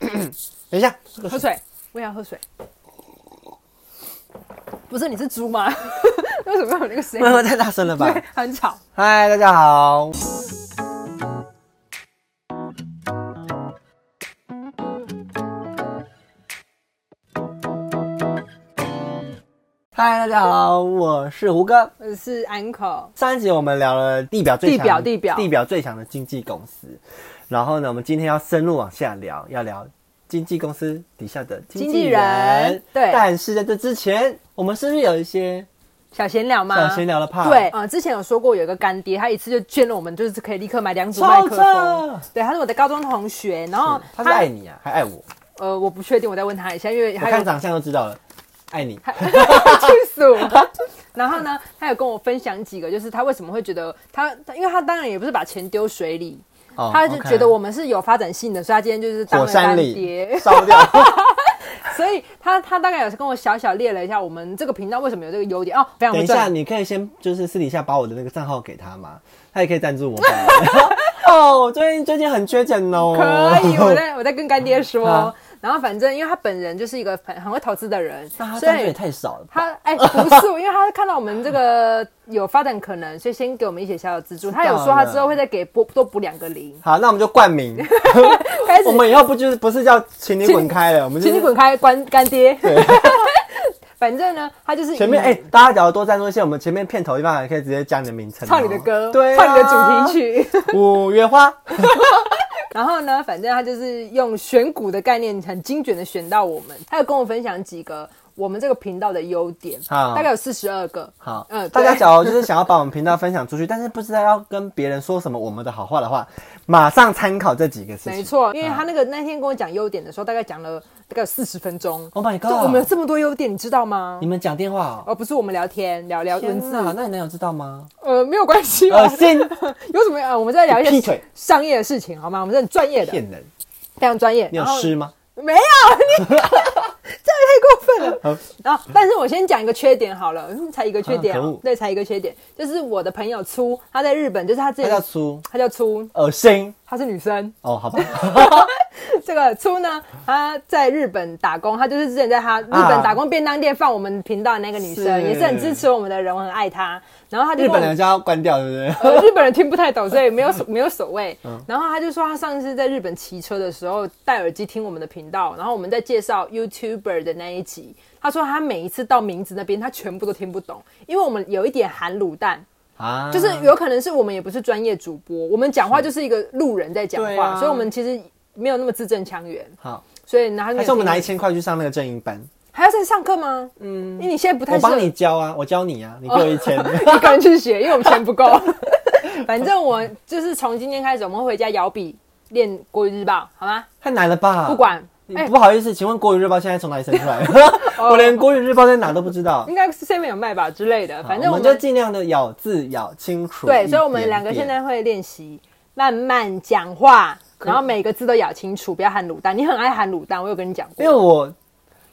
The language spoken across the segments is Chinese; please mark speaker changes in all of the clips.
Speaker 1: 等一下，
Speaker 2: 喝水，我也要喝水。不是你是猪吗？ 为什么有那个声
Speaker 1: 慢
Speaker 2: 音？
Speaker 1: 慢太大声了吧
Speaker 2: 对？，很吵。
Speaker 1: 嗨，大家好。嗨，大家好，我是胡歌。
Speaker 2: 我呃是 Uncle，
Speaker 1: 上一集我们聊了地表最强
Speaker 2: 地表地表
Speaker 1: 地表最强的经纪公司，然后呢，我们今天要深入往下聊，要聊经纪公司底下的经纪
Speaker 2: 经纪
Speaker 1: 人。
Speaker 2: 人对
Speaker 1: 但是在这之前，我们是不是有一些
Speaker 2: 小闲聊吗？
Speaker 1: 想先聊的怕？
Speaker 2: 对，，呃，之前有说过有一个干爹，他一次就捐了我们，就是可以立刻买两组麦
Speaker 1: 超
Speaker 2: 克风哦
Speaker 1: 扯。
Speaker 2: 对，他是我的高中同学，然后
Speaker 1: 他是爱你啊，还爱我，
Speaker 2: 呃，我不确定，我再问他一下，因为
Speaker 1: 我
Speaker 2: 他有
Speaker 1: 看长相就知道了，爱你。
Speaker 2: 去死我！然后呢，他有跟我分享几个，就是他为什么会觉得他，他因为他当然也不是把钱丢水里，
Speaker 1: 哦
Speaker 2: 他就
Speaker 1: OK
Speaker 2: 觉得我们是有发展性的，所以他今天就是当
Speaker 1: 火
Speaker 2: 了干
Speaker 1: 山里
Speaker 2: 爹，
Speaker 1: 烧掉。
Speaker 2: 所以他他大概有跟我小小列了一下我们这个频道为什么有这个优点哦，非常
Speaker 1: 等
Speaker 2: 不
Speaker 1: 一下，
Speaker 2: 正。
Speaker 1: 你可以先就是私底下把我的那个账号给他嘛，他也可以赞助我 吧。哦，最近最近很缺钱哦。
Speaker 2: 可以，我在我在跟干爹说
Speaker 1: 啊，
Speaker 2: 然后反正因为他本人就是一个很很会投资的人，
Speaker 1: 那他
Speaker 2: 所
Speaker 1: 赞助也
Speaker 2: 以
Speaker 1: 太少了吧。
Speaker 2: 他哎、不是，因为他看到我们这个有发展可能，所以先给我们一些小小资助。他有说他之后会再给多多补两个零，
Speaker 1: 好，那我们就冠名。
Speaker 2: 开始
Speaker 1: 我们以后不就是不是叫请你滚开了，我们就
Speaker 2: 请
Speaker 1: 是
Speaker 2: 你滚开，关干爹。
Speaker 1: 对，
Speaker 2: 反正呢，他就是
Speaker 1: 前面
Speaker 2: 以
Speaker 1: 哎、大家假如多赞助一些，我们前面片头地方也可以直接加你的名称哦、
Speaker 2: 唱你的歌，
Speaker 1: 对、
Speaker 2: 唱你的主题。曲。
Speaker 1: 五月花，
Speaker 2: 然后呢，反正他就是用选股的概念，很精准的选到我们。他有跟我分享几个我们这个频道的优点，
Speaker 1: 好
Speaker 2: 大概有四十二个。
Speaker 1: 好，
Speaker 2: 嗯
Speaker 1: 大
Speaker 2: 对
Speaker 1: 家假如就是想要把我们频道分享出去，但是不知道要跟别人说什么我们的好话的话，马上参考这几个啊事
Speaker 2: 没
Speaker 1: 情。
Speaker 2: 错，因为他那个那天跟我讲优点的时候，大概讲了大概有四十分钟。
Speaker 1: Oh my
Speaker 2: 就我们有
Speaker 1: god！
Speaker 2: 这么多优点，你知道吗
Speaker 1: 你？们讲电话哦。
Speaker 2: 而不是我们聊天聊聊呃
Speaker 1: 天
Speaker 2: 文字，
Speaker 1: 哪，那你男友知道吗？
Speaker 2: 呃，没有关系吧
Speaker 1: 恶？心，
Speaker 2: 有什么呃，我们在聊一
Speaker 1: 你劈
Speaker 2: 些
Speaker 1: 腿
Speaker 2: 商业的事情，好吗？我们是很专业的，
Speaker 1: 骗人！
Speaker 2: 非常专业。
Speaker 1: 你有
Speaker 2: 然后
Speaker 1: 湿吗？
Speaker 2: 没有，你 这也太过分
Speaker 1: 好
Speaker 2: 了。然后，哦但是我先讲一个缺点好了，嗯才一个缺点、
Speaker 1: 啊可
Speaker 2: 啊
Speaker 1: 恶，
Speaker 2: 对，才一个缺点，就是我的朋友粗，她在日本，就是她自
Speaker 1: 他
Speaker 2: 己
Speaker 1: 叫，粗，
Speaker 2: 她叫粗，
Speaker 1: 恶心
Speaker 2: 她是女生。
Speaker 1: 哦，好吧。
Speaker 2: 这个粗呢，她在日本打工，她就是之前在她日
Speaker 1: 啊
Speaker 2: 本打工便当店放我们频道的那个女生，
Speaker 1: 是
Speaker 2: 也是很支持我们的人，我很爱她。然后她就
Speaker 1: 日
Speaker 2: 跟我
Speaker 1: 本人就要关掉，对不对？
Speaker 2: 呃，日本人听不太懂，所以没有
Speaker 1: 嗯
Speaker 2: 所没有所谓。然后他就说，他上次在日本骑车的时候戴耳机听我们的频道，然后我们在介绍 YouTuber 的那一集，他说他每一次到名字那边，他全部都听不懂，因为我们有一点含卤蛋，
Speaker 1: 啊，
Speaker 2: 就是有可能是我们也不是专业主播，我们讲话就是一个路人在讲
Speaker 1: 对
Speaker 2: 话，
Speaker 1: 啊
Speaker 2: 所以我们其实没有那么字正腔圆。
Speaker 1: 好，
Speaker 2: 所以呢，他就没有
Speaker 1: 还是我们
Speaker 2: 听
Speaker 1: 拿一千块去上那个正音班，
Speaker 2: 还要再上课吗？嗯，因为你现在不太
Speaker 1: 我
Speaker 2: 适合
Speaker 1: 帮你教啊，我教你
Speaker 2: 哦
Speaker 1: 啊，你给我一千。
Speaker 2: 一个人去学，因为我们钱 不够。反正我就是从今天开始，我们会回家摇笔练国语日报，好吗？
Speaker 1: 太难了吧？
Speaker 2: 不，管，
Speaker 1: 你
Speaker 2: 哎、
Speaker 1: 不好意思，请问国语日报现在从哪里生出 来？
Speaker 2: 哦
Speaker 1: 我连国语日报在哪都不知道。
Speaker 2: 应该是 seven 有卖吧之类的。反正
Speaker 1: 我
Speaker 2: 我
Speaker 1: 们就
Speaker 2: 们
Speaker 1: 尽量的咬字咬清楚一点
Speaker 2: 对，
Speaker 1: 点。
Speaker 2: 所以我们两个现在会练习慢慢讲话，然后每个字都咬清楚，不要含卤蛋。你很爱含卤蛋，我有跟你讲
Speaker 1: 因为
Speaker 2: 过，
Speaker 1: 我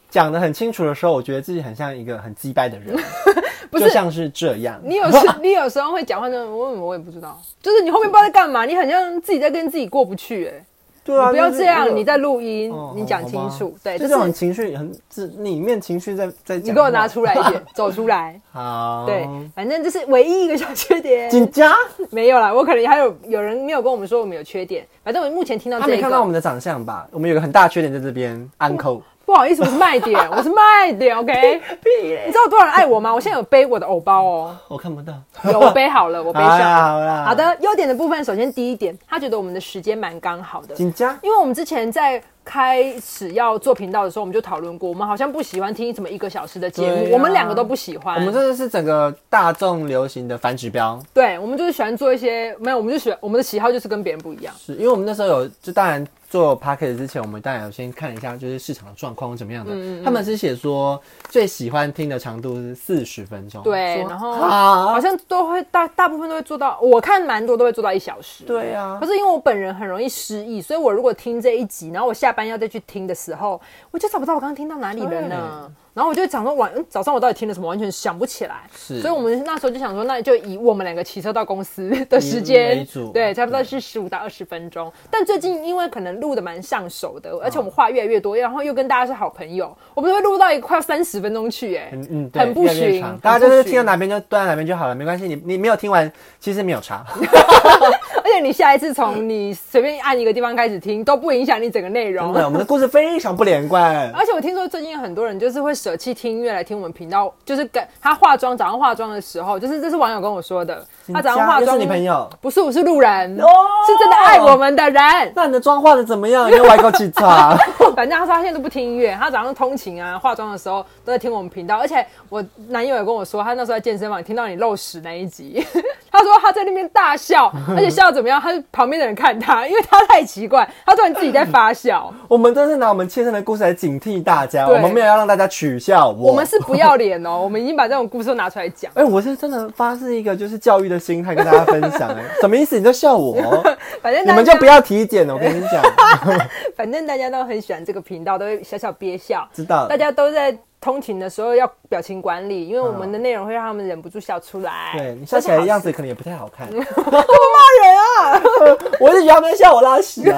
Speaker 1: 讲的很清楚的时候，我觉得自己很像一个很鸡掰的人，
Speaker 2: 不。
Speaker 1: 就是像是这样。
Speaker 2: 你有时你有时候会讲话呢，我我也不知道，就是你后面不知道在干嘛，你很像自己在跟自己过不去、哎、
Speaker 1: 对啊，
Speaker 2: 不要这样，
Speaker 1: 就是
Speaker 2: 你在录音，
Speaker 1: 哦
Speaker 2: 你讲清
Speaker 1: 好
Speaker 2: 楚，对，
Speaker 1: 就
Speaker 2: 就
Speaker 1: 这种
Speaker 2: 是
Speaker 1: 情绪很自里面情绪在在。
Speaker 2: 你给我拿出来一点，走出来，
Speaker 1: 好，
Speaker 2: 对，反正这是唯一一个小缺点，
Speaker 1: 紧张。
Speaker 2: 没有啦，我可能还有有人没有跟我们说我们有缺点，反正我目前听到
Speaker 1: 他
Speaker 2: 这
Speaker 1: 没
Speaker 2: 一
Speaker 1: 看到我
Speaker 2: 个，
Speaker 1: 们的长相吧？我们有个很大缺点在这边，uncle。
Speaker 2: 不好意思，我是卖 点，我是卖点，OK？
Speaker 1: 屁
Speaker 2: 你知道有多少人爱我吗？我现在有背我的偶包 哦，
Speaker 1: 我看不到。
Speaker 2: 有我背好了，我背
Speaker 1: 好啦
Speaker 2: 上。
Speaker 1: 好啦，
Speaker 2: 好，的，优点的部分，首先第一点，他觉得我们的时间蛮刚好的，
Speaker 1: 紧张。
Speaker 2: 因为我们之前在开始要做频道的时候，我们就讨论过，我们好像不喜欢听什么一个小时的节目，
Speaker 1: 对啊
Speaker 2: 我们两个都不喜欢。
Speaker 1: 我们真的是整个大众流行的反指标，
Speaker 2: 对，我们就是喜欢做一些没有，我们就喜欢我们的喜好就是跟别人不一样。
Speaker 1: 是因为我们那时候有，就当然做 p a c k e t 之前，我们当然有先看一下就是市场的状况怎么样的。
Speaker 2: 嗯
Speaker 1: 他们是写说最喜欢听的长度是四十分钟，
Speaker 2: 对，
Speaker 1: 说
Speaker 2: 然后好
Speaker 1: 啊，
Speaker 2: 像都会大大部分都会做到，我看蛮多都会做到一小时。。
Speaker 1: 对啊
Speaker 2: 可，是因为我本人很容易失忆，所以我如果听这一集，然后我下班要再去听的时候，我就找不到我刚刚听到哪里了呢。然后我就想说晚嗯早上我到底听了什么，完全想不起来。
Speaker 1: 是
Speaker 2: 所以我们那时候就想说，那就以我们两个骑车到公司的时间
Speaker 1: 为主
Speaker 2: 对，差不多
Speaker 1: 对
Speaker 2: 是十五到二十分钟。但最近因为可能录的蛮上手的，而且
Speaker 1: 嗯
Speaker 2: 我们话越来越多，然后又跟大家是好朋友，我们会录到一快要三十分钟去，哎，
Speaker 1: 嗯嗯，对
Speaker 2: 很不
Speaker 1: 越来越
Speaker 2: 行
Speaker 1: 长，大家就是听到
Speaker 2: 到，
Speaker 1: 哪边就端到哪边就好了，没关系，你你没有听完，其实没有 差。
Speaker 2: 而且你下一次从你随便按一个地方开始听，都不影响你整个内容。
Speaker 1: 对，我们的故事非常不连贯。
Speaker 2: 而且我听说最近很多人就是会舍弃听音乐来听我们频道，就是跟他化妆，早上化妆的时候，就是这是网友跟我说的，他早上化
Speaker 1: 又
Speaker 2: 妆
Speaker 1: 是你朋友，
Speaker 2: 不是，我是路人，
Speaker 1: 哦
Speaker 2: 是真的爱我们的人。
Speaker 1: 那你的妆化的怎么样？你又歪过去啊擦。
Speaker 2: 反正他说他现在都不听音乐，他早上通勤啊、化妆的时候都在听我们频道。而且我男友也跟我说，他那时候在健身房听到你漏屎那一集， 他说他在那边 大笑，而且笑得怎么样？他是旁边的人看他，因为他太奇怪，他突然自己在 发笑。
Speaker 1: 我们真是拿我们切身的故事来警惕大家，
Speaker 2: 对
Speaker 1: 我们没有要让大家取笑我。
Speaker 2: 我们是不要脸哦，我们已经把这种故事都拿出来讲。
Speaker 1: 哎、我是真的发自一个就是教育的心态跟大家分享、哎， 什么意思？你就笑我，
Speaker 2: 反正
Speaker 1: 你
Speaker 2: 大
Speaker 1: 们
Speaker 2: 家
Speaker 1: 就不要体检了。我跟你讲，
Speaker 2: 反正大家都很喜欢这个频道，都会小小憋笑。
Speaker 1: 知道
Speaker 2: 大
Speaker 1: 了。
Speaker 2: 家都在通勤的时候要表情管理，因为我们的内容会让他们忍不住笑出来。
Speaker 1: 对你笑起来的样子
Speaker 2: 子，
Speaker 1: 可能也不太好看，骂人啊！我是觉得他们在笑我拉屎 啊。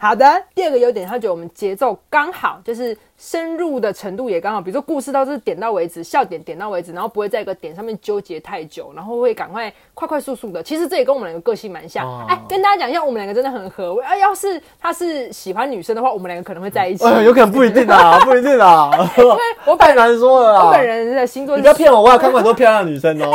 Speaker 2: 好的。第二个优点，他觉得我们节奏刚好，就是深入的程度也刚好。比如说故事到这点到为止，笑点点到为止，然后不会在一个点上面纠结太久，然后会赶快快快速速的。其实这也跟我们两个个性蛮像。
Speaker 1: 哦
Speaker 2: 哎、跟大家讲一下，我们两个真的很合。哎、要是他是喜欢女生的话，我们两个可能会在一起。
Speaker 1: 哎，有可能不一定啊， 不一定啊，
Speaker 2: 我本
Speaker 1: 太难说了
Speaker 2: 我
Speaker 1: 啦。
Speaker 2: 本人的星座
Speaker 1: 你
Speaker 2: 是
Speaker 1: 不要骗我，我有看过很多漂亮的女生 哦。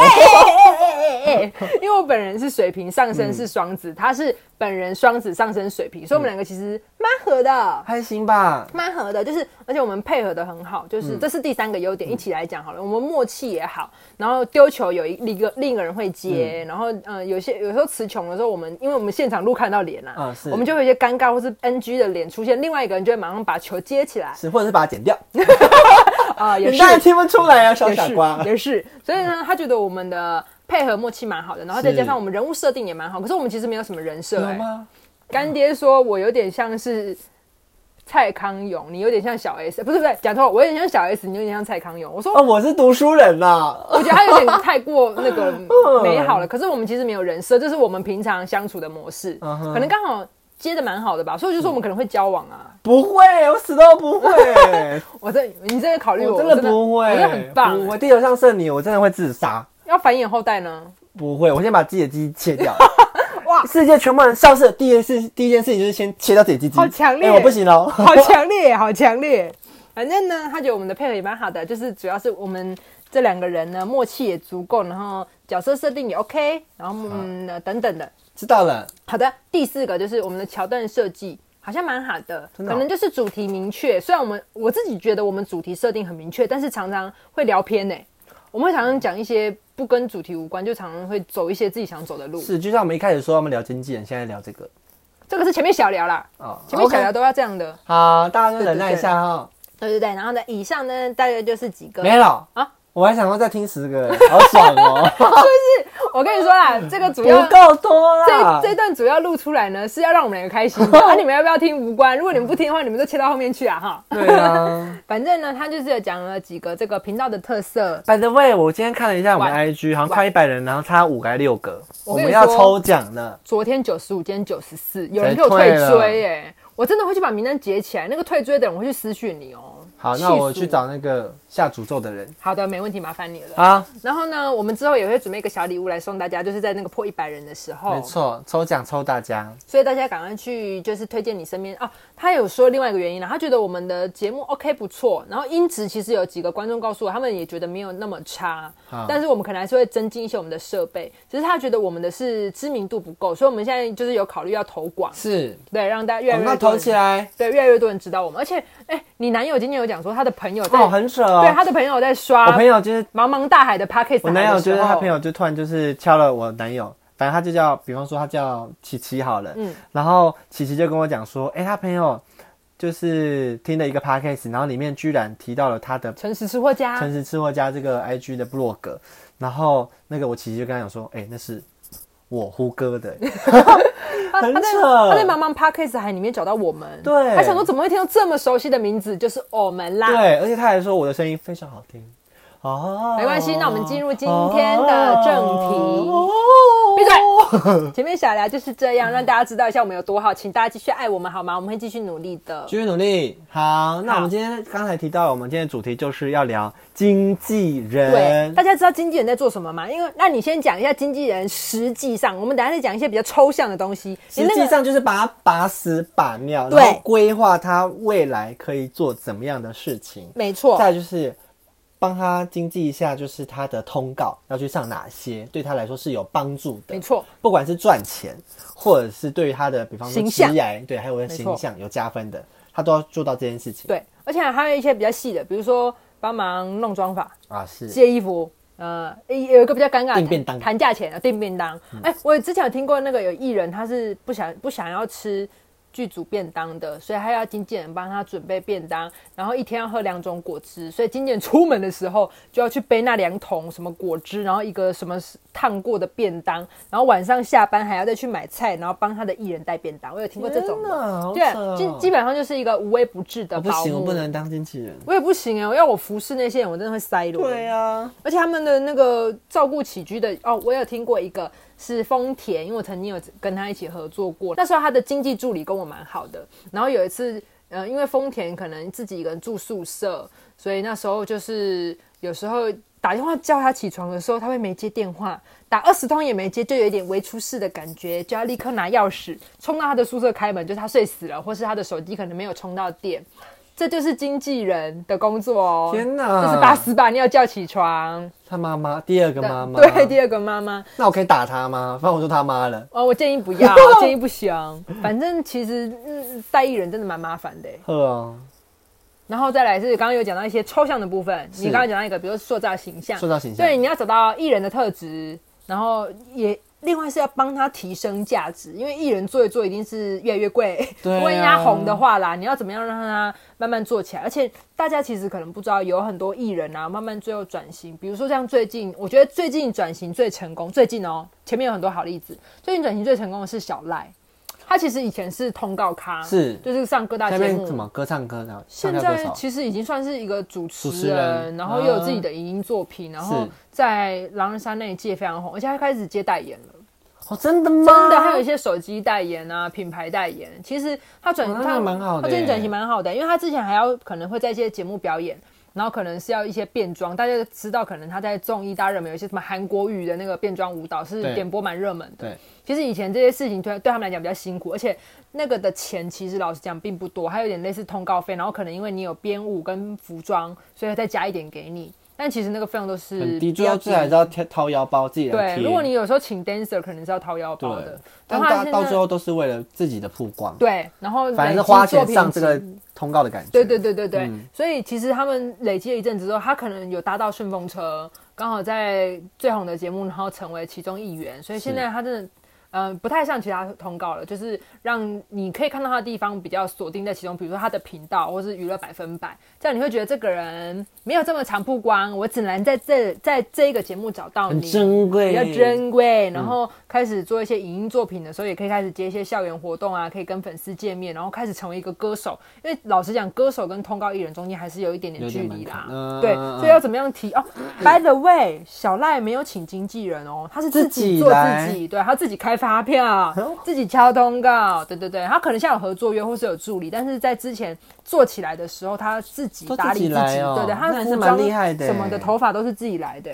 Speaker 2: 哎、 因为我本人是水瓶，上身是双子，他是本人双子上身水瓶，所以我们两个其实蛮合的，
Speaker 1: 还行吧，
Speaker 2: 蛮合的，就是而且我们配合的很好，就是、这是第三个优点，一起来讲好了，我们默契也好，然后丢球有一另一个另一个人会接，然后嗯、呃有些有时候词穷的时候，我们因为我们现场录看到脸啦、
Speaker 1: 啊是
Speaker 2: 我们就会有一些尴尬或是 NG 的脸出现，另外一个人就会马上把球接起来
Speaker 1: 是或者是把它剪掉，
Speaker 2: 啊、也
Speaker 1: 你
Speaker 2: 是
Speaker 1: 当然听不出来啊，小
Speaker 2: 也
Speaker 1: 傻
Speaker 2: 是
Speaker 1: 瓜。
Speaker 2: 也是。所以呢，他觉得我们的配合默契蛮好的，然后再
Speaker 1: 是
Speaker 2: 加上我们人物设定也蛮好。可是我们其实没有什么人设、
Speaker 1: 有
Speaker 2: 哎
Speaker 1: 吗？
Speaker 2: 干爹说我有点像是蔡康永，你有点像小 S，不是不是，讲错了，我有点像小 S，你有点像蔡康永。我说
Speaker 1: 哦，我是读书人呐。
Speaker 2: 我觉得他有点太过 那个美好了。可是我们其实没有人设，这是我们平常相处的模式，
Speaker 1: 嗯哼
Speaker 2: 可能刚好。接的蛮好的吧，所以我就说我们可能会交往啊。
Speaker 1: 不会，我死都不会，
Speaker 2: 我这你这个考虑我，
Speaker 1: 我真
Speaker 2: 哎我
Speaker 1: 的不会，
Speaker 2: 我真的很棒。欸
Speaker 1: 我地球上剩你，我真的会自 杀。
Speaker 2: 要繁衍后代呢？
Speaker 1: 不会，我先把自己的鸡切掉。
Speaker 2: 哇
Speaker 1: 哇！ 世界全部人消失的第一件事，第一件事情就是先切掉自己的鸡鸡。
Speaker 2: 好强烈
Speaker 1: 哎我不行喽。
Speaker 2: 好强烈，好强烈。反正呢，他觉得我们的配合也蛮好的，就是主要是我们这两个人呢默契也足够，然后角色设定也 OK，然后嗯、呃等等的。
Speaker 1: 知道了，
Speaker 2: 好的，第四个就是我们的桥段设计。好像蛮好的，
Speaker 1: 真的哦
Speaker 2: 可能就是主题明确。虽然我们我自己觉得我们主题设定很明确，但是常常会聊偏呢、我们会常常讲一些不跟主题无关，就常常会走一些自己想走的路。
Speaker 1: 是就像我们一开始说，我们聊经纪人，现在聊这个
Speaker 2: 这个是前面小聊啦，
Speaker 1: 哦。
Speaker 2: 前面小
Speaker 1: OK
Speaker 2: 聊都要这样的。
Speaker 1: 好，大家就忍耐一下哈。
Speaker 2: 对对对，然后呢，以上呢大概就是几个
Speaker 1: 没了
Speaker 2: 啊
Speaker 1: 啊，我还想说再听十个，好爽 哦，
Speaker 2: 我跟你说啦，这个主
Speaker 1: 不
Speaker 2: 要
Speaker 1: 够多
Speaker 2: 这
Speaker 1: 啦。
Speaker 2: 这段主要录出来呢，是要让我们两个开心 的。啊，你们要不要听无关？如果你们不听的话，你们就切到后面去啊哈。
Speaker 1: 对啊。
Speaker 2: 反正呢，他就是有讲了几个这个频道的特色。
Speaker 1: By the way，我今天看了一下我们
Speaker 2: 哇
Speaker 1: IG，好像快一百人，然后差五个还六个，
Speaker 2: 我
Speaker 1: 我
Speaker 2: 跟你
Speaker 1: 们要
Speaker 2: 说
Speaker 1: 抽奖呢。
Speaker 2: 昨天九十五，今天九十四，有人
Speaker 1: 谁
Speaker 2: 给我退
Speaker 1: 退了
Speaker 2: 追耶、我真的会去把名单截起来。那个退追的人，我会去私讯你哦。
Speaker 1: 好，
Speaker 2: 气
Speaker 1: 那
Speaker 2: 死
Speaker 1: 我去找那个下诅咒的人
Speaker 2: 好的，没问题，麻烦你了。
Speaker 1: 啊。
Speaker 2: 然后呢，我们之后也会准备一个小礼物来送大家，就是在那个破一百人的时候，
Speaker 1: 没错，抽奖抽大家。
Speaker 2: 所以大家赶快去，就是推荐你身边哦。他有说另外一个原因啦，他觉得我们的节目 OK 不错，然后音质其实有几个观众告诉我，他们也觉得没有那么差，
Speaker 1: 啊
Speaker 2: 但是我们可能还是会增进一些我们的设备，只是他觉得我们的是知名度不够，所以我们现在就是有考虑要投广，
Speaker 1: 是，
Speaker 2: 对，让大家越
Speaker 1: 我们
Speaker 2: 来越
Speaker 1: 要
Speaker 2: 多
Speaker 1: 哦投
Speaker 2: 人
Speaker 1: 起，来。
Speaker 2: 对，越来越多人知道我们。而且，哎、你男友今天有讲说他的朋友在，
Speaker 1: 哦，很扯
Speaker 2: 对
Speaker 1: 哦。
Speaker 2: 他的朋友在刷
Speaker 1: 我朋友就是
Speaker 2: 茫茫大海的 p a c k e t
Speaker 1: 我男友，就是他朋友就突然就是敲了我男友，反正他就叫，比方说他叫琪琪好了。
Speaker 2: 嗯
Speaker 1: 然后琪琪就跟我讲说，哎、他朋友就是听了一个 podcast，然后里面居然提到了他的
Speaker 2: 诚实吃货家，
Speaker 1: 诚实吃货家这个 IG 的 blog，然后那个我琪琪就跟他讲说，哎、那是我胡歌的、
Speaker 2: 他
Speaker 1: 很
Speaker 2: 他在
Speaker 1: 扯
Speaker 2: 他在茫茫 Parkes 海里面找到我们，
Speaker 1: 对
Speaker 2: 他想说怎么会听到这么熟悉的名字，就是我们啦。
Speaker 1: 对，而且他还说我的声音非常好听，哦，
Speaker 2: 没关系，那我们进入今天的正题。
Speaker 1: 哦
Speaker 2: 闭嘴！前面小聊就是这样，让大家知道一下我们有多好，请大家继续爱我们好吗？我们会继续努力的。
Speaker 1: 继续努力。好，那我们今天刚才提到，我们今天的主题就是要聊经纪
Speaker 2: 对
Speaker 1: 人，
Speaker 2: 大。家知道经纪人在做什么吗？因为那你先讲一下经纪人，实际上我们等一下再讲一些比较抽象的东西。你
Speaker 1: 实
Speaker 2: 那
Speaker 1: 际
Speaker 2: 个
Speaker 1: 上就是把他把屎把尿，
Speaker 2: 对
Speaker 1: 然后规划他未来可以做怎么样的事情。
Speaker 2: 没错，
Speaker 1: 再来就是帮他经济一下，就是他的通告要去上哪些，对他来说是有帮助的
Speaker 2: 没。错，
Speaker 1: 不管是赚钱，或者是对于他的，比方说
Speaker 2: 形象
Speaker 1: 职业，对，还有
Speaker 2: 错
Speaker 1: 形象有加分的，他都要做到这件事情。
Speaker 2: 对，而且还有一些比较细的，比如说帮忙弄妆法、
Speaker 1: 啊，是
Speaker 2: 借衣服。呃，一有一个比较尴尬的
Speaker 1: 订便当嗯
Speaker 2: 谈价钱啊，订便当。哎、我之前有听过那个有艺人，他是不想不想要吃剧组便当的，所以他要经纪人帮他准备便当，然后一天要喝两种果汁，所以经纪人出门的时候就要去背那两桶什么果汁，然后一个什么烫过的便当，然后晚上下班还要再去买菜，然后帮他的艺人带便当。我有听过这种
Speaker 1: 天
Speaker 2: 的，
Speaker 1: 哪好扯
Speaker 2: 对，啊
Speaker 1: 哦
Speaker 2: 基基本上就是一个无微不至的
Speaker 1: 我不
Speaker 2: 保
Speaker 1: 行，我
Speaker 2: 姆。
Speaker 1: 不能当经纪人。
Speaker 2: 我也不行哎、我要我服侍那些人，我真的会塞了。
Speaker 1: 对啊，
Speaker 2: 而且他们的那个照顾起居的哦，我有听过一个是丰田，因为我曾经有跟他一起合作过。那时候他的经济助理跟我蛮好的，然后有一次，呃，因为丰田可能自己一个人住宿舍，所以那时候就是有时候打电话叫他起床的时候，他会没接电话，打二十通也没接，就有一点微出事的感觉，就要立刻拿钥匙冲到他的宿舍开门，就是他睡死了，或是他的手机可能没有充到电。这就是经纪人的工作哦！
Speaker 1: 天哪
Speaker 2: 这是把屎把尿叫起床。
Speaker 1: 他妈妈，第二个妈妈，
Speaker 2: 对，第二个妈妈，
Speaker 1: 那我可以打他吗？反正我说他妈了，
Speaker 2: 哦，我建议 不要，建议不行。反正其实嗯，带艺人真的蛮麻烦的欸。
Speaker 1: 呵哦，
Speaker 2: 然后再来是刚刚有讲到一些抽象的部分，你
Speaker 1: 是
Speaker 2: 刚刚讲到一个，比如说塑造形象，
Speaker 1: 塑造形象
Speaker 2: 对，你要找到艺人的特质，然后也。另外是要帮他提升价值，因为艺人做一做一定是越来越贵，
Speaker 1: 对啊
Speaker 2: 万一他红的话啦，你要怎么样让他慢慢做起来？而且大家其实可能不知道，有很多艺人啊，慢慢最后转型，比如说像最近，我觉得最近转型最成功，最近哦，前面有很多好例子，最近转型最成功的是小赖，他其实以前是通告咖，
Speaker 1: 是
Speaker 2: 就是上各大节
Speaker 1: 下
Speaker 2: 目，
Speaker 1: 面什么歌唱歌的，
Speaker 2: 现
Speaker 1: 唱跳歌
Speaker 2: 在
Speaker 1: 手
Speaker 2: 其实已经算是一个主持人，
Speaker 1: 持人
Speaker 2: 然后又有自己的影音作品，然后
Speaker 1: 是
Speaker 2: 在狼人杀那一届非常红，而且他开始接代言了，
Speaker 1: 哦，真的吗？
Speaker 2: 真的，还有一些手机代言啊、品牌代言。其实他转
Speaker 1: 哦那
Speaker 2: 他
Speaker 1: 还蛮好的
Speaker 2: 他最近
Speaker 1: 耶
Speaker 2: 转型蛮好的，因为他之前还要可能会在一些节目表演。然后可能是要一些变装，大家都知道，可能他在综艺大热门有一些什么韩国语的那个变装舞蹈是
Speaker 1: 对
Speaker 2: 点播蛮热门的。
Speaker 1: 对，
Speaker 2: 其实以前这些事情对对他们来讲比较辛苦，而且那个的钱其实老实讲并不多，还有点类似通告费，然后可能因为你有编舞跟服装，所以再加一点给你。但其实那个费用都是
Speaker 1: 很低，
Speaker 2: 比
Speaker 1: 最后
Speaker 2: 较
Speaker 1: 自然
Speaker 2: 低
Speaker 1: 是要贴掏腰包自己来
Speaker 2: 对，
Speaker 1: 贴。
Speaker 2: 如果你有时候请 dancer，可能是要掏腰包
Speaker 1: 对
Speaker 2: 的。，
Speaker 1: 但
Speaker 2: 然后还
Speaker 1: 大
Speaker 2: 是
Speaker 1: 到
Speaker 2: 那
Speaker 1: 最后都是为了自己的曝光，
Speaker 2: 对，然后
Speaker 1: 反正是
Speaker 2: 累积
Speaker 1: 花钱
Speaker 2: 作品
Speaker 1: 上这个
Speaker 2: 集
Speaker 1: 通告的感觉。
Speaker 2: 对对对对对，
Speaker 1: 嗯
Speaker 2: 所以其实他们累积了一阵子之后，他可能有搭到顺风车，刚好在最红的节目，然后成为其中一员，所以现在他真的。嗯，不太像其他通告了，就是让你可以看到他的地方比较锁定在其中，比如说他的频道或是娱乐百分百，这样你会觉得这个人没有这么长曝光，我只能在这在这一个节目找到
Speaker 1: 很
Speaker 2: 你，
Speaker 1: 珍贵，嗯
Speaker 2: 比较珍贵，然后开始做一些影音作品的时候，也可以开始接一些校园活动啊，可以跟粉丝见面，然后开始成为一个歌手。因为老实讲，歌手跟通告艺人中间还是有一点点
Speaker 1: 有
Speaker 2: 距
Speaker 1: 点
Speaker 2: 离
Speaker 1: 门
Speaker 2: 啦
Speaker 1: 槛。嗯
Speaker 2: 对，所以要怎么样提哦？By the way，小赖没有请经纪人哦，他是自
Speaker 1: 自己
Speaker 2: 己做
Speaker 1: 来
Speaker 2: 自己，对他自己开发票，
Speaker 1: 哦
Speaker 2: 自己敲通告，对对对，他可能现在有合作约或是有助理，但是在之前做起来的时候，他自己
Speaker 1: 都自
Speaker 2: 打理
Speaker 1: 己
Speaker 2: 自己，
Speaker 1: 来哦
Speaker 2: 对对，他
Speaker 1: 那还
Speaker 2: 服
Speaker 1: 是蛮
Speaker 2: 装
Speaker 1: 厉害的欸
Speaker 2: 什么的头发都是自己来的。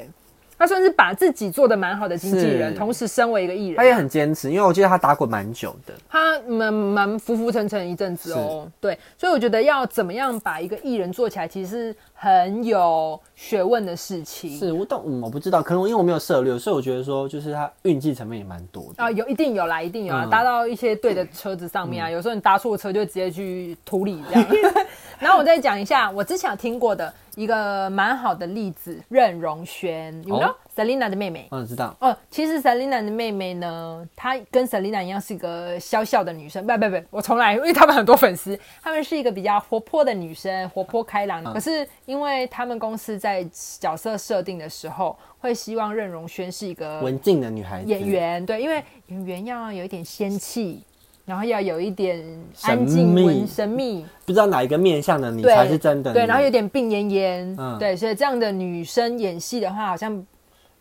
Speaker 2: 他算是把自己做的蛮好的经纪人，
Speaker 1: 是
Speaker 2: 同时身为一个艺
Speaker 1: 他也
Speaker 2: 人，
Speaker 1: 很坚持，因为我记得他打滚蛮久的，
Speaker 2: 他蛮蛮浮浮沉沉一阵子哦。对，所以我觉得要怎么样把一个艺人做起来，其实是很有学问的事情。
Speaker 1: 是我懂、嗯，我不知道，可能因为我没有涉猎，所以我觉得说就是他运气成分也蛮多的。
Speaker 2: 啊，有一定有啦，一定有啦，
Speaker 1: 嗯
Speaker 2: 搭到一些对的车子上面啊，有时候你搭错车就直接去土里这样。 然后我再讲一下我之前有听过的一个蛮好的例子，任容萱，你们知道
Speaker 1: 哦
Speaker 2: Selina 的妹妹。
Speaker 1: 嗯，知道，
Speaker 2: 哦，其实 Selina 的妹妹呢，她跟 Selina 一样是一个小小的女生，不不不，我从来因为他们很多粉丝，她们是一个比较活泼的女生，活泼开朗。
Speaker 1: 嗯
Speaker 2: 可是因为他们公司在角色设定的时候，会希望任容萱是一个
Speaker 1: 文静的女孩子，
Speaker 2: 演员，对，因为演员要有一点仙气，然后要有一点
Speaker 1: 神
Speaker 2: 安静、
Speaker 1: 秘
Speaker 2: 文神秘，
Speaker 1: 不知道哪一个面向的你
Speaker 2: 对，
Speaker 1: 才是真的你
Speaker 2: 对，然后有点病恹恹，
Speaker 1: 嗯
Speaker 2: 对，所以这样的女生演戏的话，好像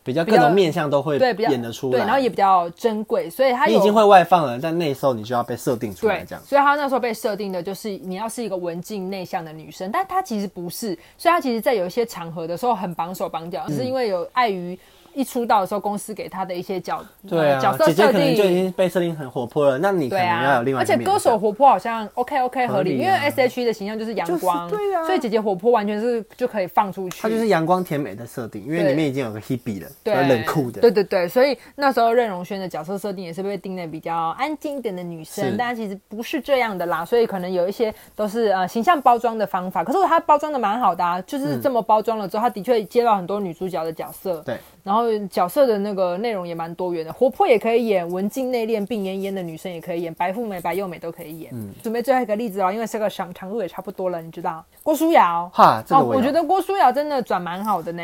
Speaker 1: 比较
Speaker 2: 比
Speaker 1: 各
Speaker 2: 较
Speaker 1: 种面向都会
Speaker 2: 对比较
Speaker 1: 演得出来，
Speaker 2: 对，然后也比较珍贵，所以她
Speaker 1: 你
Speaker 2: 有
Speaker 1: 已经会外放了，但那时候你就要被设定出来
Speaker 2: 对
Speaker 1: 这样，。
Speaker 2: 所以她那时候被设定的就是你要是一个文静内向的女生，但她其实不是，所以她其实在有一些场合的时候很绑手绑脚，
Speaker 1: 嗯
Speaker 2: 只是因为有碍于一出道的时候公司给她的一些角
Speaker 1: 对
Speaker 2: 呃角
Speaker 1: 啊，
Speaker 2: 色
Speaker 1: 姐姐
Speaker 2: 设
Speaker 1: 可能就已
Speaker 2: 定。
Speaker 1: 经被设定很活泼了，那你可
Speaker 2: 对
Speaker 1: 能要
Speaker 2: 啊
Speaker 1: 有另，外
Speaker 2: 而
Speaker 1: 一个
Speaker 2: 且
Speaker 1: 面向。
Speaker 2: 歌手活泼好像 OK OK 合
Speaker 1: 合
Speaker 2: 理，
Speaker 1: 理
Speaker 2: 因
Speaker 1: 啊
Speaker 2: 为 S H E 的形象就是阳光，
Speaker 1: 就是对啊
Speaker 2: 所以姐姐活泼完全是就可以放出去，
Speaker 1: 它就是阳光甜美的设定，因为
Speaker 2: 对
Speaker 1: 里面已经有个 hebe 了，
Speaker 2: 对，
Speaker 1: 有冷酷的，
Speaker 2: 对对对，所以那时候任容萱的角色设定也是被定的比较安静一点的女
Speaker 1: 是
Speaker 2: 生，但她其实不是这样的啦，所以可能有一些都是呃形象包装的方法。可是她包装的蛮好的啊，
Speaker 1: 嗯
Speaker 2: 就是这么包装了之后，她的确接到很多女主角的角色，
Speaker 1: 对，
Speaker 2: 然后角色的那个内容也蛮多元的，活泼也可以演，文静内敛、病恹恹的女生也可以演，白富美、白幼美都可以演。
Speaker 1: 嗯
Speaker 2: 准备最后一个例子哦，因为这个长长度也差不多了，你知道郭书瑶。
Speaker 1: 哈，这个
Speaker 2: 哦，我
Speaker 1: 有
Speaker 2: 觉得郭书瑶真的转蛮好的呢。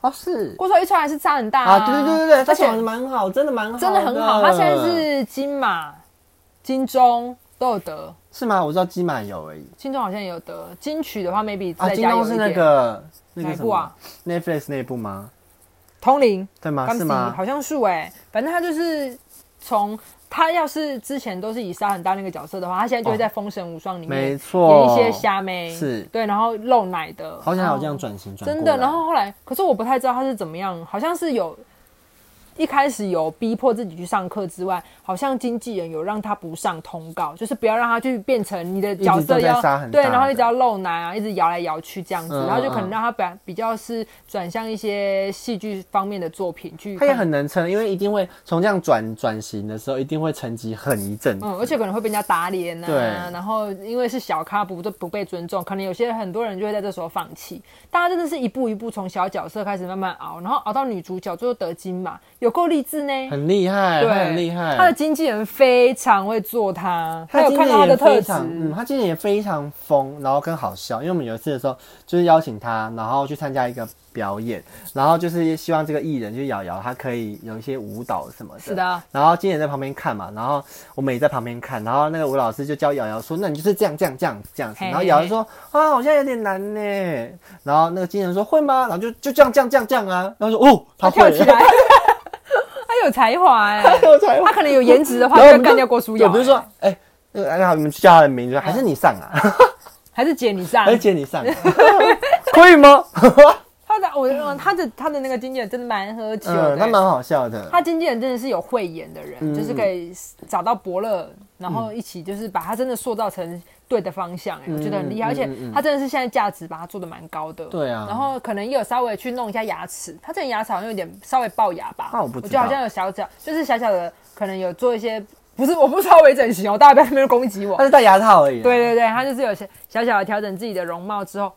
Speaker 1: 哦是
Speaker 2: 郭书瑶一出来是差很大
Speaker 1: 啊，对对对对对，
Speaker 2: 而
Speaker 1: 他
Speaker 2: 且
Speaker 1: 长得蛮好，真的蛮好，
Speaker 2: 真的很好。他现在是金马、金钟都有得，
Speaker 1: 是吗？我知道金马有而已
Speaker 2: 金钟好像也有得，金曲的话 maybe
Speaker 1: 啊，
Speaker 2: 再
Speaker 1: 金
Speaker 2: 加油
Speaker 1: 钟
Speaker 2: 一
Speaker 1: 是
Speaker 2: 点。
Speaker 1: 那个那
Speaker 2: 哪
Speaker 1: 个
Speaker 2: 一
Speaker 1: 什
Speaker 2: 部
Speaker 1: 么
Speaker 2: 啊
Speaker 1: Netflix 那一部吗？
Speaker 2: 通灵，
Speaker 1: 对吗？
Speaker 2: 刚
Speaker 1: 是
Speaker 2: 起
Speaker 1: 吗？
Speaker 2: 好像是哎、反正他就是从他要是之前都是以沙很大那个角色的话，他现在就会在《封神无双》里
Speaker 1: 哦没
Speaker 2: 面
Speaker 1: 错，
Speaker 2: 演一些虾妹，
Speaker 1: 是
Speaker 2: 对，然后露奶的，
Speaker 1: 好像还有这样
Speaker 2: 哦
Speaker 1: 转型转
Speaker 2: 真
Speaker 1: 过
Speaker 2: 的。
Speaker 1: 来
Speaker 2: 然后后来，可是我不太知道他是怎么样，好像是有一开始有逼迫自己去上课之外，好像经纪人有让他不上通告，就是不要让他去变成你的角色
Speaker 1: 一直都
Speaker 2: 要
Speaker 1: 在杀很大
Speaker 2: 对，
Speaker 1: 的
Speaker 2: 然后一直要露奶啊，一直摇来摇去这样子，
Speaker 1: 嗯
Speaker 2: 然后就可
Speaker 1: 嗯
Speaker 2: 能让他把比较是转向一些戏剧方面的作品去看。
Speaker 1: 他也很能撑，因为一定会从这样转转型的时候，一定会沉寂很一阵子。
Speaker 2: 嗯，而且可能会被人家打脸呐、
Speaker 1: 对
Speaker 2: 然后因为是小咖不不被尊重，可能有些很多人就会在这时候放弃。大家真的是一步一步从小角色开始慢慢熬，然后熬到女主角，最后得金嘛，有够励志呢。
Speaker 1: 很厉害，
Speaker 2: 对，
Speaker 1: 他很厉
Speaker 2: 他的
Speaker 1: 害。
Speaker 2: 经纪人非常会做他，
Speaker 1: 他
Speaker 2: 有
Speaker 1: 今
Speaker 2: 看到
Speaker 1: 年
Speaker 2: 他
Speaker 1: 也
Speaker 2: 的特
Speaker 1: 非
Speaker 2: 质。
Speaker 1: 常，嗯，他今年也非常疯，然后跟好笑。因为我们有一次的时候，就是邀请他，然后去参加一个表演，然后就是希望这个艺人，就是瑶瑶，她可以有一些舞蹈什么的。
Speaker 2: 是的。
Speaker 1: 然后今年在旁边看嘛，然后我们也在旁边看，然后那个舞老师就教瑶瑶说：“那你就是这样这样这样这样子。”
Speaker 2: 嘿
Speaker 1: 然后瑶瑶说：“啊，好像有点难呢。”然后那个经纪人说：“会吗？”然后就就这样这样这样这样啊。然后说：“哦，他
Speaker 2: 他
Speaker 1: 会
Speaker 2: 跳
Speaker 1: 了
Speaker 2: 起来， 他有才华哎、
Speaker 1: 我才会
Speaker 2: 他可能有颜值的 话，
Speaker 1: 然后我
Speaker 2: 就
Speaker 1: 们
Speaker 2: 干掉郭书
Speaker 1: 有
Speaker 2: 瑶、
Speaker 1: 不是说
Speaker 2: 哎，
Speaker 1: 哎、那个哎呀，你们去叫他的名
Speaker 2: 嗯
Speaker 1: 字，还是你上 啊？
Speaker 2: 还是姐你上
Speaker 1: 还，是姐你上、啊？可以吗？
Speaker 2: 他的我嗯他的他的那个经纪人真的蛮喝酒 的、
Speaker 1: 嗯，他蛮好笑的。
Speaker 2: 他经纪人真的是有慧眼的人，
Speaker 1: 嗯
Speaker 2: 就是可以找到伯乐，然后一起就是把他真的塑造成对的方向、哎、
Speaker 1: 嗯
Speaker 2: 我觉得很厉
Speaker 1: 嗯
Speaker 2: 害，而且
Speaker 1: 嗯嗯
Speaker 2: 他真的是现在价值把它做的蛮高的。
Speaker 1: 对啊
Speaker 2: 然后可能也有稍微去弄一下牙齿，他这前牙齿好像有点稍微龅牙吧，
Speaker 1: 啊我不知道
Speaker 2: 觉得好像有小小，就是小小的，可能有做一些，不是我不是稍微整形哦，大家不要在那边攻击我
Speaker 1: 他。是戴牙套而已、啊。
Speaker 2: 对对对，他就是有些小小的调整自己的容貌之后，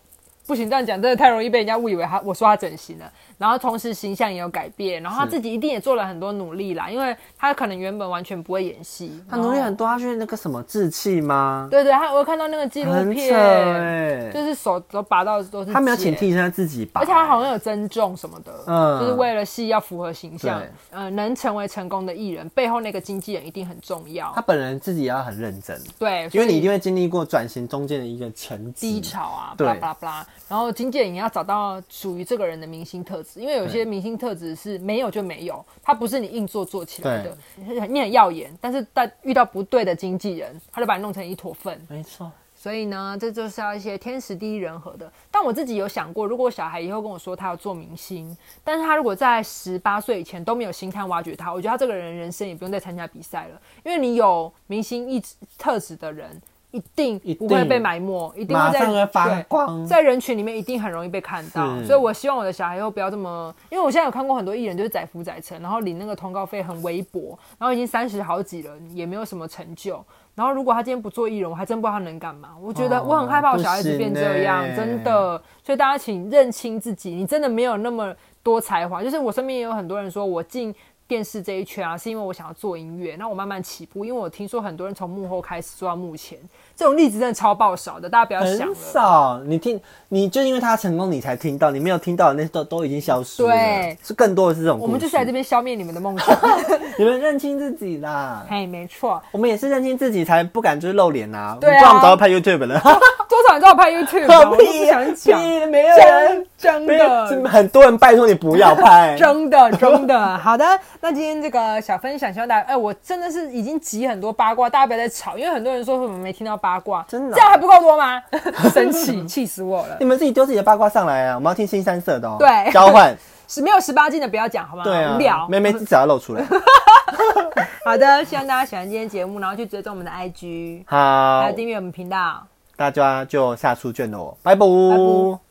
Speaker 2: 不行，这样讲真的太容易被人家误以为他我说他整形了。然后同时形象也有改变，然后他
Speaker 1: 是
Speaker 2: 自己一定也做了很多努力啦，因为他可能原本完全不会演戏，
Speaker 1: 他努力
Speaker 2: 然后
Speaker 1: 很。多，他去那个什么志气吗？
Speaker 2: 对对，他我有看到那个纪录
Speaker 1: 很扯
Speaker 2: 片，
Speaker 1: 哎、
Speaker 2: 就是手都拔到都是
Speaker 1: 他没有
Speaker 2: 血
Speaker 1: 请替身，他自己拔、
Speaker 2: 而且他好像有增重什么的，
Speaker 1: 嗯
Speaker 2: 就是为了戏要符合形象
Speaker 1: 对，
Speaker 2: 呃，能成为成功的艺人，背后那个经纪人一定很重要
Speaker 1: 他。本人自己也要很认真，
Speaker 2: 对，
Speaker 1: 因为
Speaker 2: 所以
Speaker 1: 你一定会经历过转型中间的一个沉
Speaker 2: 低
Speaker 1: 寂。
Speaker 2: 潮啊，巴
Speaker 1: 对
Speaker 2: 拉巴拉巴拉。然后经纪人也要找到属于这个人的明星特质，因为有些
Speaker 1: 对
Speaker 2: 明星特质是没有就没有，他不是你硬做做起来
Speaker 1: 对
Speaker 2: 的。你很你很耀眼，但是但遇到不对的经纪人，他就把你弄成一坨粪。
Speaker 1: 没错，
Speaker 2: 所以呢，这就是要一些天时地利人和的。但我自己有想过，如果我小孩以后跟我说他要做明星，但是他如果在十八岁以前都没有星探挖掘他，我觉得他这个人人生也不用再参加比赛了，因为你有明星意志特质的人，一定
Speaker 1: 一定
Speaker 2: 不会被埋没，一定
Speaker 1: 马
Speaker 2: 会在
Speaker 1: 上会发
Speaker 2: 对
Speaker 1: 光。
Speaker 2: 在人群里面一定很容易被看到，
Speaker 1: 是
Speaker 2: 所以我希望我的小孩以后不要这么，因为我现在有看过很多艺人就是载浮载沉，然后领那个通告费很微薄，然后已经三十好几了，也没有什么成就。然后如果他今天不做艺人，我还真不知道他能干嘛。我觉得
Speaker 1: 哦
Speaker 2: 我很害怕我小孩子变这样，
Speaker 1: 不行欸
Speaker 2: 真的。所以大家请认清自己，你真的没有那么多才华。就是我身边也有很多人说我进。电视这一圈啊，是因为我想要做音乐，那我慢慢起步，因为我听说很多人从幕后开始做到幕前，这种例子真的超爆少的，大家不要想
Speaker 1: 很
Speaker 2: 了。
Speaker 1: 少，你听，你就因为他成功，你才听到，你没有听到的那都都已经消失了。
Speaker 2: 对
Speaker 1: 是更多的是这种故事。
Speaker 2: 我们就是来这边消灭你们的梦想。
Speaker 1: 你们认清自己 啦。
Speaker 2: 嘿，没错，
Speaker 1: 我们也是认清自己，才不敢就是露脸呐、
Speaker 2: 对啊
Speaker 1: 不然我们早就拍 YouTube 了。
Speaker 2: 多少人都要拍 YouTube，啊我都不想讲。
Speaker 1: 屁没有人
Speaker 2: 真，真
Speaker 1: 没有，
Speaker 2: 的。
Speaker 1: 很多人拜托你不要 拍。
Speaker 2: 真的，真的，好的。那今天这个小分享，希望大家，哎、我真的是已经集很多八卦，大家不要再吵，因为很多人说我们没听到八卦，
Speaker 1: 真的
Speaker 2: 这样还不够 多吗？生气，气死我了
Speaker 1: 你。们自己丢自己的八卦上来啊！我们要听新三色的哦。
Speaker 2: 对
Speaker 1: 交 换。
Speaker 2: 是没有十八禁的不要讲，好吗？
Speaker 1: 对啊，
Speaker 2: 无聊。
Speaker 1: 妹妹至少要露出 来。
Speaker 2: 好的，希望大家喜欢今天节目，然后去追踪我们的 IG，
Speaker 1: 好
Speaker 2: 还有，订阅我们频道。
Speaker 1: 大家就下出卷喽，拜拜
Speaker 2: 拜。